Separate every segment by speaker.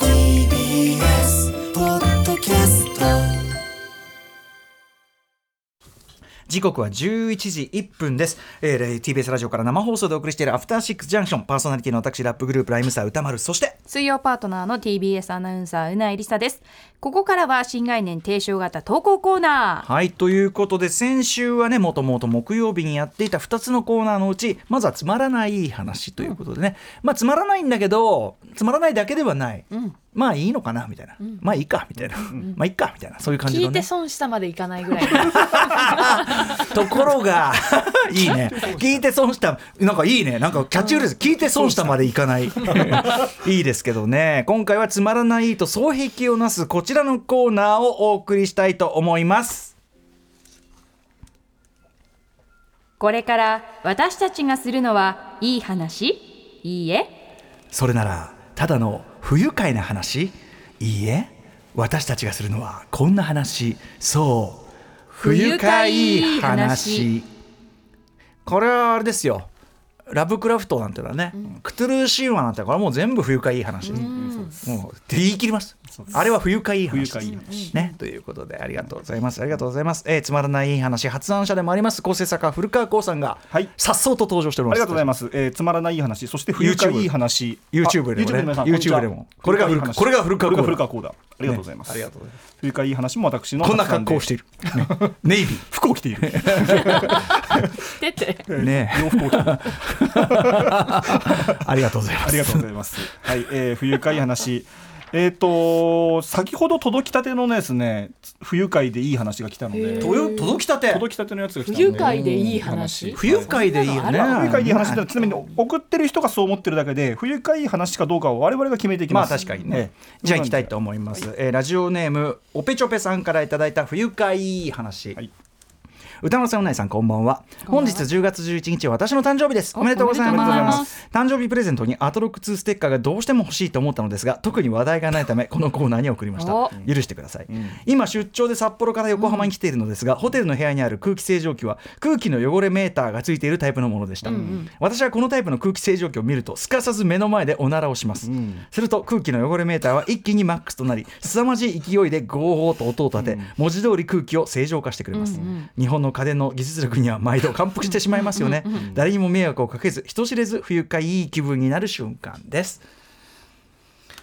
Speaker 1: TBS ポッドキャスト
Speaker 2: 時刻は11時1分です、えー、TBS ラジオから生放送でお送りしているアフターシックスジャンクションパーソナリティの私ラップグループライムスター歌丸そして
Speaker 3: 水曜パートナーの TBS アナウンサーうないりさですここからは新概念提唱型投稿コーナー
Speaker 2: はいということで先週はねもともと木曜日にやっていた2つのコーナーのうちまずはつまらない話ということでね、まあつまらないんだけどつまらないだけではない、まあいいのかなみたいな、まあいいかみたいな、まあいいかみたいなそういう感じ
Speaker 4: 聞
Speaker 2: の
Speaker 4: いて
Speaker 2: ね
Speaker 4: 損したまでいかないぐらい
Speaker 2: ところが いいね聞いて損したなんかいいねなんかキャッチフレーズ聞いて損したまでいかないいいですけどね今回はつまらないと双璧をなすこちらのコーナーをお送りしたいと思います
Speaker 3: これから私たちがするのはいい話いいえ
Speaker 2: それならただの不愉快な話いいえ私たちがするのはこんな話そう不
Speaker 3: 愉快話
Speaker 2: これはあれですよラブクラフトなんてのはね、クトゥルー神話なんてこれはもう全部不愉快いい話ね、もうって言い切りますあれは不愉快いい話
Speaker 5: 不愉快いい
Speaker 2: ねということでありがとうございますありがとうございます、えーつまらないいい話発案者でもあります構成作家古川光さんが、
Speaker 5: はい
Speaker 2: さっそうと登場しており
Speaker 5: あ
Speaker 2: ます
Speaker 5: りがとうございます。えー、つまらないいい話、そして冬が
Speaker 2: YouTube
Speaker 5: いい話、
Speaker 2: YouTube
Speaker 5: あ
Speaker 2: でもね
Speaker 5: YouTube の皆さん
Speaker 2: YouTube でも
Speaker 5: こんにちは
Speaker 2: これが古
Speaker 5: いい話
Speaker 2: これが古川
Speaker 5: これが
Speaker 2: コーダ
Speaker 5: 古川コーダ。ありがとうございます。
Speaker 2: ねありがとうござい
Speaker 5: ます。冬がいい話も私の
Speaker 2: こんな格好をしてい
Speaker 5: いる。
Speaker 2: る、ねネイビー
Speaker 5: 服を着ている。
Speaker 4: 出て
Speaker 2: ねえ。ありがとうございます。
Speaker 5: ありがとうございます。はい、えー、不愉快話。えっ、と先ほど届きたてのですね、不愉快でいい話が来たの で、
Speaker 2: とよ届きたて。
Speaker 5: 届きたてのやつが来たの
Speaker 4: 不
Speaker 5: で。
Speaker 4: 愉快でいい話
Speaker 2: 不愉快でいいよね。
Speaker 5: まあ不愉快でいい話ってのはちなみに送ってる人がそう思ってるだけで不愉快いい話かどうかは我々が決めていき
Speaker 2: ま
Speaker 5: ま
Speaker 2: あ
Speaker 5: す。
Speaker 2: 確かにね
Speaker 5: え。え
Speaker 2: じゃあ行きたいと思います。えーラジオネームオペチョペさんからいただいた不愉快い話。
Speaker 5: はい
Speaker 2: 歌丸さん、うないさん、こんばんは。本日10月11日は私の誕生日です。おめでとうござい
Speaker 3: おめでとうござい
Speaker 2: ま。
Speaker 3: ます
Speaker 2: 誕生日プレゼントにアトロック2ステッカーがどうしても欲しいと思ったのですが、特に話題がないため、このコーナーに送りました
Speaker 3: お。
Speaker 2: 許してください。今、出張で札幌から横浜に来ているのですが、ホテルの部屋にある空気清浄機は、空気の汚れメーターがついているタイプのものでした。私はこのタイプの空気清浄機を見ると、すかさず目の前でおならをします。すると、空気の汚れメーターは一気にマックスとなり、凄まじい勢いでゴーゴーと音を立て、文字通り空気を清浄化してくれます。日本の家電の技術力には毎度感服してしまいますよね。誰にも迷惑をかけず、人知れず不愉快いい気分になる瞬間です。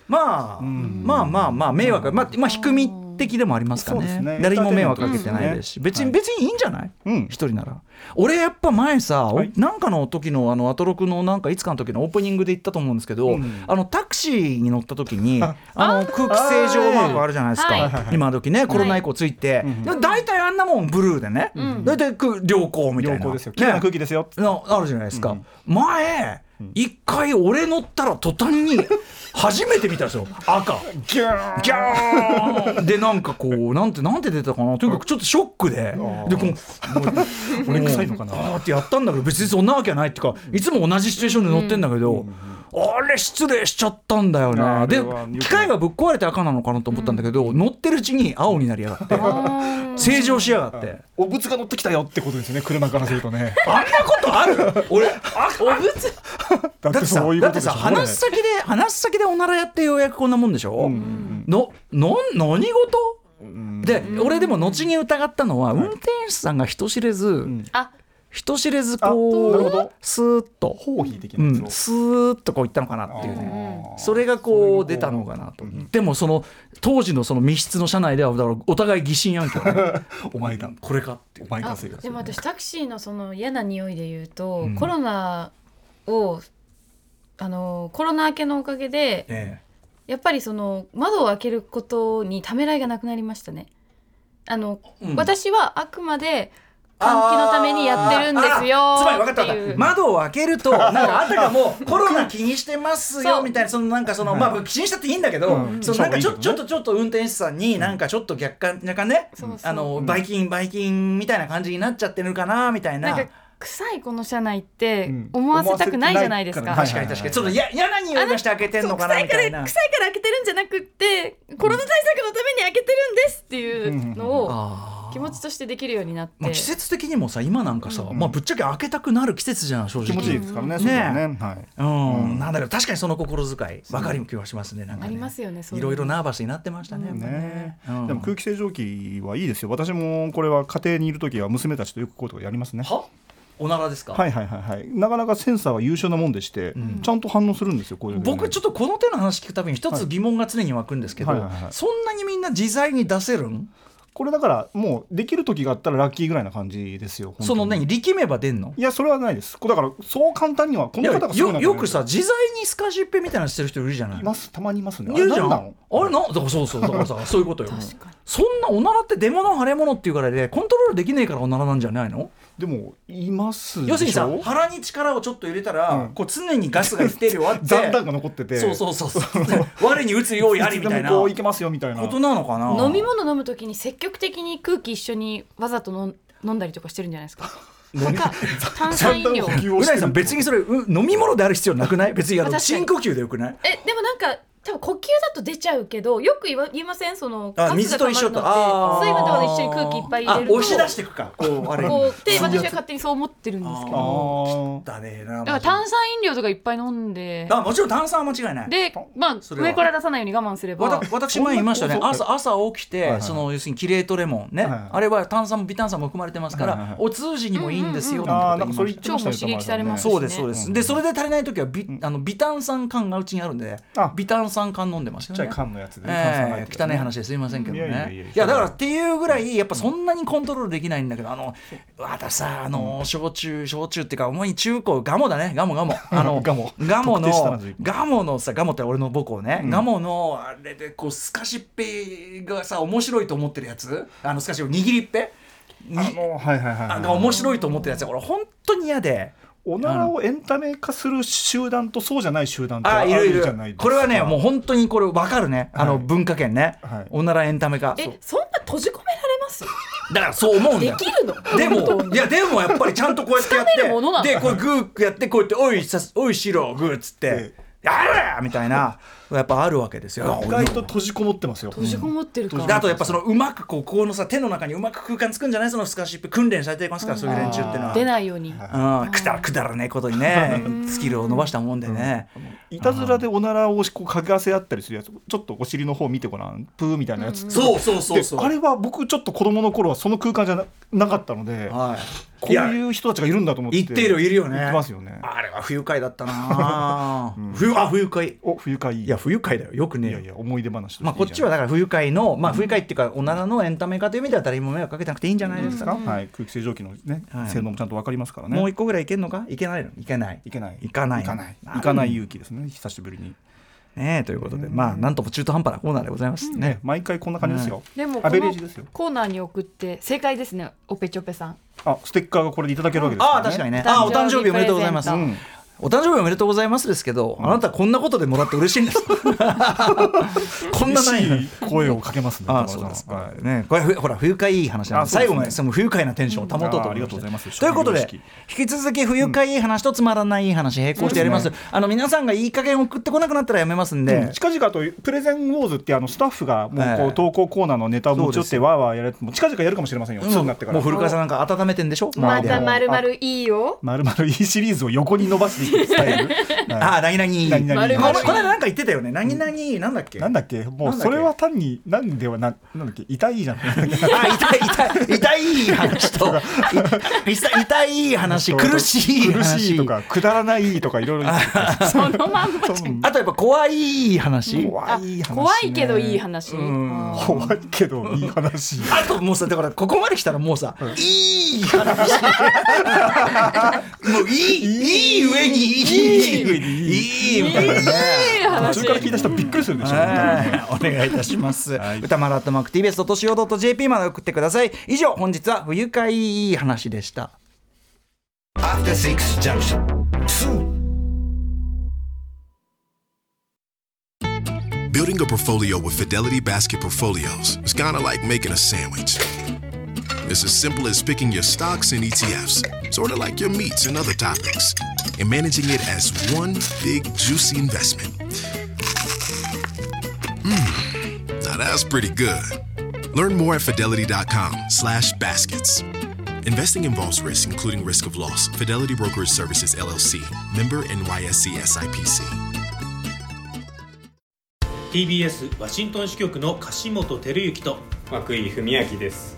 Speaker 2: まあ、まあまあまあ迷惑、まあ、まあ低み的でもありますか
Speaker 5: そうで
Speaker 2: ね
Speaker 5: すね
Speaker 2: 誰にも迷惑かけてないですし、
Speaker 5: うん
Speaker 2: 別に
Speaker 5: はい
Speaker 2: 別にいいんじゃない一、
Speaker 5: うん
Speaker 2: 人なら俺やっぱ前さ、お
Speaker 5: はい
Speaker 2: なんかの時のあのアトロクのなんかいつかの時のオープニングで言ったと思うんですけど、
Speaker 5: うん
Speaker 2: あのタクシーに乗った時にあの空気清浄マークあるじゃないですか、
Speaker 4: は
Speaker 2: 今時ねコロナ以降ついて、だい、大体あんなもんブルーでね、大体く良好みたいな
Speaker 5: 良好ですよ。綺麗な空気ですよ。
Speaker 2: のあるじゃないですか、前一回俺乗ったら途端に初めて見たんですよ赤
Speaker 5: ギューン
Speaker 2: ギャーンでなんかこうなんてなんて出たかなとにかくちょっとショックででこう
Speaker 5: 俺臭いのかな
Speaker 2: あーってやったんだけど別にそんなわけないっていうかいつも同じシチュエーションで乗ってんだけど、あれ失礼しちゃったんだよね
Speaker 5: あれ
Speaker 2: で
Speaker 5: はよくない
Speaker 2: 機械がぶっ壊れて赤なのかなと思ったんだけど、乗ってるうちに青になりやがって正常しやがって。
Speaker 5: お仏が乗ってきたよってことですね車からするとね
Speaker 2: あんなことある俺あおぶつ
Speaker 5: だ
Speaker 2: だってさ、だってさ、話
Speaker 5: す
Speaker 2: 先で、話先でおならやってようやくこんなもんでしょ、の、の、何事、で、俺でも後に疑ったのは、運転手さんが人知れず、
Speaker 4: あ
Speaker 2: 人知れずこ
Speaker 5: あなるほ
Speaker 2: う
Speaker 5: ど、
Speaker 2: スーッと、
Speaker 5: 方否的
Speaker 2: う
Speaker 5: なやつを、
Speaker 2: ん、スーッとこういったのかなっていうね。
Speaker 5: あー
Speaker 2: それがこう出たのかなと、でもその当時のその密室の車内ではだからお互い疑心暗鬼だ ね
Speaker 5: お前だ
Speaker 2: これかってい
Speaker 5: お
Speaker 2: う
Speaker 5: 前
Speaker 4: あ
Speaker 5: がせい
Speaker 4: でも私タクシーのその嫌な匂いで言うと、
Speaker 2: ん
Speaker 4: コロナをあのコロナ明けのおかげで
Speaker 2: え
Speaker 4: やっぱりその窓を開けることにためらいがなくなりましたね。あの、
Speaker 2: うん
Speaker 4: 私はあくまで換気のためにやってるんですよ
Speaker 2: あつまり分かった
Speaker 4: って
Speaker 2: 分かっ
Speaker 4: いう
Speaker 2: た。窓を開け ると、なんかあたかもコロナ気にしてます
Speaker 4: そ
Speaker 2: よ
Speaker 4: う
Speaker 2: みたいな、そのなんかその、まあ気にしたっていいんだけど、
Speaker 5: うん
Speaker 2: そのなんかちょ
Speaker 5: うん
Speaker 2: ちょっとちょっと運転手さんになんかちょっと逆感、若干ね、
Speaker 4: そうそう
Speaker 2: あの、バイキンバイキンみたいな感じになっちゃってるかな、みたいな。
Speaker 4: なんか臭いこの車内って
Speaker 5: うん
Speaker 4: 思わせたくないじゃないです
Speaker 5: 思
Speaker 4: か。
Speaker 5: わせ
Speaker 2: 確かに
Speaker 5: はいはいはい
Speaker 2: 確かに。ちょっとや嫌な匂いがして開けてん
Speaker 4: そ
Speaker 2: の
Speaker 4: う
Speaker 2: かな、
Speaker 4: 臭
Speaker 2: み
Speaker 4: い
Speaker 2: たい
Speaker 4: から
Speaker 2: な。
Speaker 4: 臭いから開けてるんじゃなくってコロナ対策のために開けてるんですっていうのを
Speaker 2: あー
Speaker 4: 気持ちとしてできるようになって、
Speaker 2: まあ、季節的にもさ今なんかさ、
Speaker 5: ん
Speaker 2: まあ、ぶっちゃけ開けたくなる季節じゃん正直
Speaker 5: 気持ちいいですからね、
Speaker 2: ん
Speaker 5: そうだねはい
Speaker 2: うん
Speaker 5: うん
Speaker 2: なんだけど確かにその心遣い分かる気はしますねなんか
Speaker 4: あ
Speaker 2: ね
Speaker 4: りますよねそ
Speaker 2: い
Speaker 4: う
Speaker 2: う
Speaker 4: の
Speaker 2: ろいろナーバスになってましたね,やっぱね、
Speaker 5: ね
Speaker 2: うん
Speaker 5: でも空気清浄機はいいですよ私もこれは家庭にいる時は娘たちとよくこういうとかやりますね
Speaker 2: はおならですか、
Speaker 5: はいはいはいはいなかなかセンサーは優秀なもんでして、ちゃんと反応するんですよこういうのね
Speaker 2: 僕ちょっとこの手の話聞くたびに一つ疑問が常に湧くんですけど、
Speaker 5: はいはいはいはい
Speaker 2: そんなにみんな自在に出せるん
Speaker 5: これだからもうできる時があったらラッキーぐらいな感じですよ本当に
Speaker 2: その何力めば出んの
Speaker 5: いやそれはないですこれだからそう簡単にはこ
Speaker 2: い
Speaker 5: の
Speaker 2: や
Speaker 5: 方がすごいな
Speaker 2: よ
Speaker 5: と
Speaker 2: よ
Speaker 5: 思いま
Speaker 2: く
Speaker 5: す
Speaker 2: さ自在にスカジッペみたいなのしてる人いるじゃない
Speaker 5: いますたまにいますね
Speaker 2: いるじゃ
Speaker 5: 何
Speaker 2: ん。
Speaker 5: な
Speaker 2: あ
Speaker 5: の
Speaker 2: れな、だからそうそう、だから さ、そういうことよ。そんなおならって出物腫れ物っていうからいで、コントロールできないからおならなんじゃないの
Speaker 5: でもいますでしょ
Speaker 2: 要するにさ、腹に力をちょっと入れたら、
Speaker 5: うん
Speaker 2: こう常にガスが出るよあって、
Speaker 5: 残弾が残ってて
Speaker 2: そうそうそうそう、我に打つ用意ありみたいな
Speaker 5: つでもこうい
Speaker 2: こ
Speaker 5: けますよみたいな
Speaker 2: となのかな。
Speaker 4: 飲み物飲むときに積極的に空気一緒にわざとの飲んだりとかしてるんじゃないですか。とか炭酸 飲料。
Speaker 5: 残弾を補給
Speaker 2: う
Speaker 5: をして
Speaker 2: な
Speaker 5: る
Speaker 2: ぎさん別にそれう飲み物である必要なくない別にあ
Speaker 4: まあ
Speaker 2: の
Speaker 4: 確かに
Speaker 2: 深呼吸でよくない
Speaker 4: えでもなんか多分呼吸だと出ちゃうけどよく言わ言いませんその
Speaker 2: あ
Speaker 4: ガスが
Speaker 2: 水と一緒と
Speaker 4: 溜まるの
Speaker 2: あ
Speaker 4: っ
Speaker 2: ー
Speaker 4: て水分とかと一緒に空気いっぱい入れる
Speaker 2: あ
Speaker 4: と
Speaker 2: 押し出していくかこうあれ
Speaker 4: こうって私は勝手にそう思ってるんですけ
Speaker 5: あ
Speaker 4: ど
Speaker 5: ー
Speaker 2: だねえな
Speaker 4: だから炭酸飲料とかいっぱい飲んで
Speaker 2: あもちろん炭酸は間違いない
Speaker 4: でまあ
Speaker 2: それは
Speaker 4: 上から出さないように我慢すれば
Speaker 2: わた私前言いましたね
Speaker 5: そんな
Speaker 2: 朝朝起きて、
Speaker 5: はいはい
Speaker 2: その要するにキレートレモンね、
Speaker 5: はいはい
Speaker 2: あれは炭酸も微炭酸も含まれてますから、
Speaker 5: はいはいはい
Speaker 2: お通じにもいいんですよ、
Speaker 4: うん
Speaker 5: あ
Speaker 2: な
Speaker 5: ーなんん
Speaker 2: て
Speaker 5: か
Speaker 2: こと言
Speaker 5: それ
Speaker 2: い
Speaker 5: 言
Speaker 2: まし
Speaker 5: ってま
Speaker 4: 腸も刺激
Speaker 5: したよ
Speaker 4: されま
Speaker 2: た
Speaker 4: す
Speaker 2: そうですそうで、
Speaker 5: ですすね
Speaker 2: でそれで足りない時はビあの微炭酸缶がうちにあるんで
Speaker 5: あ
Speaker 2: 微炭酸缶飲んでます
Speaker 5: ち
Speaker 2: よ
Speaker 5: っちゃ
Speaker 2: ね
Speaker 5: い缶のやつで、
Speaker 2: ええ汚い話
Speaker 5: で
Speaker 2: ですいませんけどね。
Speaker 5: いやいやいやいや
Speaker 2: だからっていうぐらいやっぱそんなにコントロールできないんだけどあの私さあの焼酎焼酎っていうか主に中高ガモだねガ モガモあの
Speaker 5: ガモ
Speaker 2: ガモ
Speaker 5: 特定したな
Speaker 2: の
Speaker 5: 随分
Speaker 2: ガモのさガモって俺の母校ね、ガモのあれでこうスカシッペがさ面白いと思ってるやつあのスカシッペ握りっぺに
Speaker 5: あのはいはいはい、
Speaker 2: あ
Speaker 5: はい
Speaker 2: が面白いと思ってるやつ俺本当に嫌で。
Speaker 5: おならをエンタメ化する集団とそうじゃない集団と
Speaker 2: あ
Speaker 5: あ
Speaker 2: いるい
Speaker 5: る
Speaker 2: る
Speaker 5: じゃないですか
Speaker 2: これはねもう
Speaker 5: う
Speaker 2: 本当にこれ分かるねあの
Speaker 5: はい
Speaker 2: 文化圏ね、
Speaker 5: はい
Speaker 2: おならエンタメ化
Speaker 4: え
Speaker 2: そう
Speaker 4: そんな閉じ込められます
Speaker 2: だからそう思うんだ
Speaker 4: で
Speaker 2: よ
Speaker 4: きるの
Speaker 2: でも、いや、でもやっぱりちゃんとこうやってや
Speaker 4: 掴めるものな
Speaker 2: っ
Speaker 4: の
Speaker 2: て、で、こうグーやって、こうやって、おい、さおい、白、グーっつって
Speaker 5: え、
Speaker 2: やれみたいな、やっぱあるわけですよ。
Speaker 5: 意外と閉じこもってますよ
Speaker 4: 閉じこもってるか
Speaker 2: であとやっぱそのうまくこうこのさ手の中にうまく空間つくんじゃないそのスカシップ訓練されてますからそういう連中っていうのは
Speaker 4: 出ないように
Speaker 2: うん、くだらくだらねえことにねスキルを伸ばしたもんでね、
Speaker 5: いたずらでおならをこうかがせ合ったりするやつちょっとお尻の方見てごらんプーみたいなやつ、
Speaker 2: そうそうそう
Speaker 5: で
Speaker 2: そう
Speaker 5: あれは僕ちょっと子供の頃はその空間じゃななかったので
Speaker 2: はい
Speaker 5: こういう人たちがいるんだと思って
Speaker 2: 言っているいるよね
Speaker 5: 言ってますよね
Speaker 2: あれは不愉快だった な、冬あ不愉快い
Speaker 5: お不愉快い
Speaker 2: や不愉快だよよくね
Speaker 5: い
Speaker 2: えよ
Speaker 5: やいや思い出話として
Speaker 2: まあ、こっちはだから不愉快の、まあ、不愉快っていうか、おならのエンタメ化という意味では、誰にも迷惑かけてなくていいんじゃないですか。
Speaker 5: はい、空気清浄機のね、
Speaker 2: はい
Speaker 5: 性能もちゃんとわかりますからね
Speaker 2: もう一個ぐらいいけんのか、いけないの、いけない。
Speaker 5: いけない
Speaker 2: いかない。
Speaker 5: いかない
Speaker 2: あ
Speaker 5: いかない勇気ですね久しぶりに
Speaker 2: ねえ、ということで、まあ、なんとも中途半端なコーナーでございますね。
Speaker 5: ね毎回こんな感じですよ、
Speaker 4: でもこ
Speaker 5: アベレ
Speaker 4: の
Speaker 5: ージですよ
Speaker 4: コーナーに送って正解ですねオペチョペさん
Speaker 5: あステッカーがこれでいただけるわけです
Speaker 2: ああ、確かにね。ああ、お誕生日おめでとうございます
Speaker 4: お誕。
Speaker 5: 生日プレゼン
Speaker 2: お誕生日おめでとうございますですけど、あなたこんなことでもらって嬉しいんです。 こんなないの
Speaker 5: 嬉しい声をかけますね
Speaker 2: ああ
Speaker 5: 田
Speaker 2: そう
Speaker 5: 村
Speaker 2: で
Speaker 5: さ
Speaker 2: す
Speaker 5: んは
Speaker 2: か
Speaker 5: い、
Speaker 2: ね、これふほら不愉快いい話なんで
Speaker 5: あそう
Speaker 2: 最
Speaker 5: ですね
Speaker 2: 後までその不愉快なテンションを保とうと思
Speaker 5: ああありがとうございます
Speaker 2: ということで
Speaker 5: 職業
Speaker 2: 引き続き不愉快いい話とつまらないいい話並行してやります,、
Speaker 5: そう
Speaker 2: あの皆さんがいい加減送ってこなくなったらやめますんで、
Speaker 5: うん近々とプレゼンウォーズってあのスタッフがもうこ
Speaker 2: ええ
Speaker 5: う投稿コーナーのネタを持
Speaker 2: そう
Speaker 5: ち寄
Speaker 2: で
Speaker 5: っ
Speaker 2: す
Speaker 5: てわーわーやるもう近々やるかもしれませんよ、
Speaker 2: うん
Speaker 5: そうなってから
Speaker 2: もう古川さんなんか温めてんでしょ、
Speaker 4: ま
Speaker 2: 周りで
Speaker 4: た
Speaker 5: だ
Speaker 4: まるまるいいよ
Speaker 5: まるまるいいシリーズを横に伸ばしていくスタイ ル、
Speaker 2: あ
Speaker 5: は
Speaker 2: あ何々
Speaker 5: 何々
Speaker 2: あ
Speaker 4: 丸々
Speaker 2: このこの間なんか言ってたよね何々なんだっけ
Speaker 5: い、なんだっけもう
Speaker 2: なんだっけ
Speaker 5: それは単に何ではななんだっけ痛いじゃんなんだっけ
Speaker 2: あ痛い痛い痛い話と い痛い痛い話苦しい話
Speaker 5: 苦しいとかくだらないとかいろいろ 言ってて
Speaker 4: そのまんま
Speaker 5: そう
Speaker 2: あとやっぱ怖い話、
Speaker 5: 怖い話ね
Speaker 4: 怖いけどいい話
Speaker 2: ん
Speaker 4: あー
Speaker 5: 怖いけどいい話
Speaker 2: あともうさだからここまで来たらもうさ、いい話もういいいい上にいい
Speaker 5: いい上にいい
Speaker 2: いいみたいなね
Speaker 4: いい話
Speaker 5: 途中から聞いた人びっくりするでしょうね。
Speaker 2: はいお願いいたします。
Speaker 5: はい
Speaker 2: 歌丸アットマーク TBS としお .jp まで送ってください。以上、本日は不愉快いい話でした。
Speaker 6: After Six Junction. Soon.
Speaker 7: Building a portfolio with Fidelity Basket Portfolios is kind of like making a sandwich. It's as simple as picking your stocks and E ETFs, sort of like your meats and other topics, and managing it as one big juicy investment. Mmm, now that's pretty good. Learn more at fidelity.com/baskets. slash baskets. Investing involves risk, including risk of loss. Fidelity Brokerage Services LLC, member NYSE SIPC.
Speaker 8: TBS ワシントン支局の樫本照之と
Speaker 9: 涌井文明です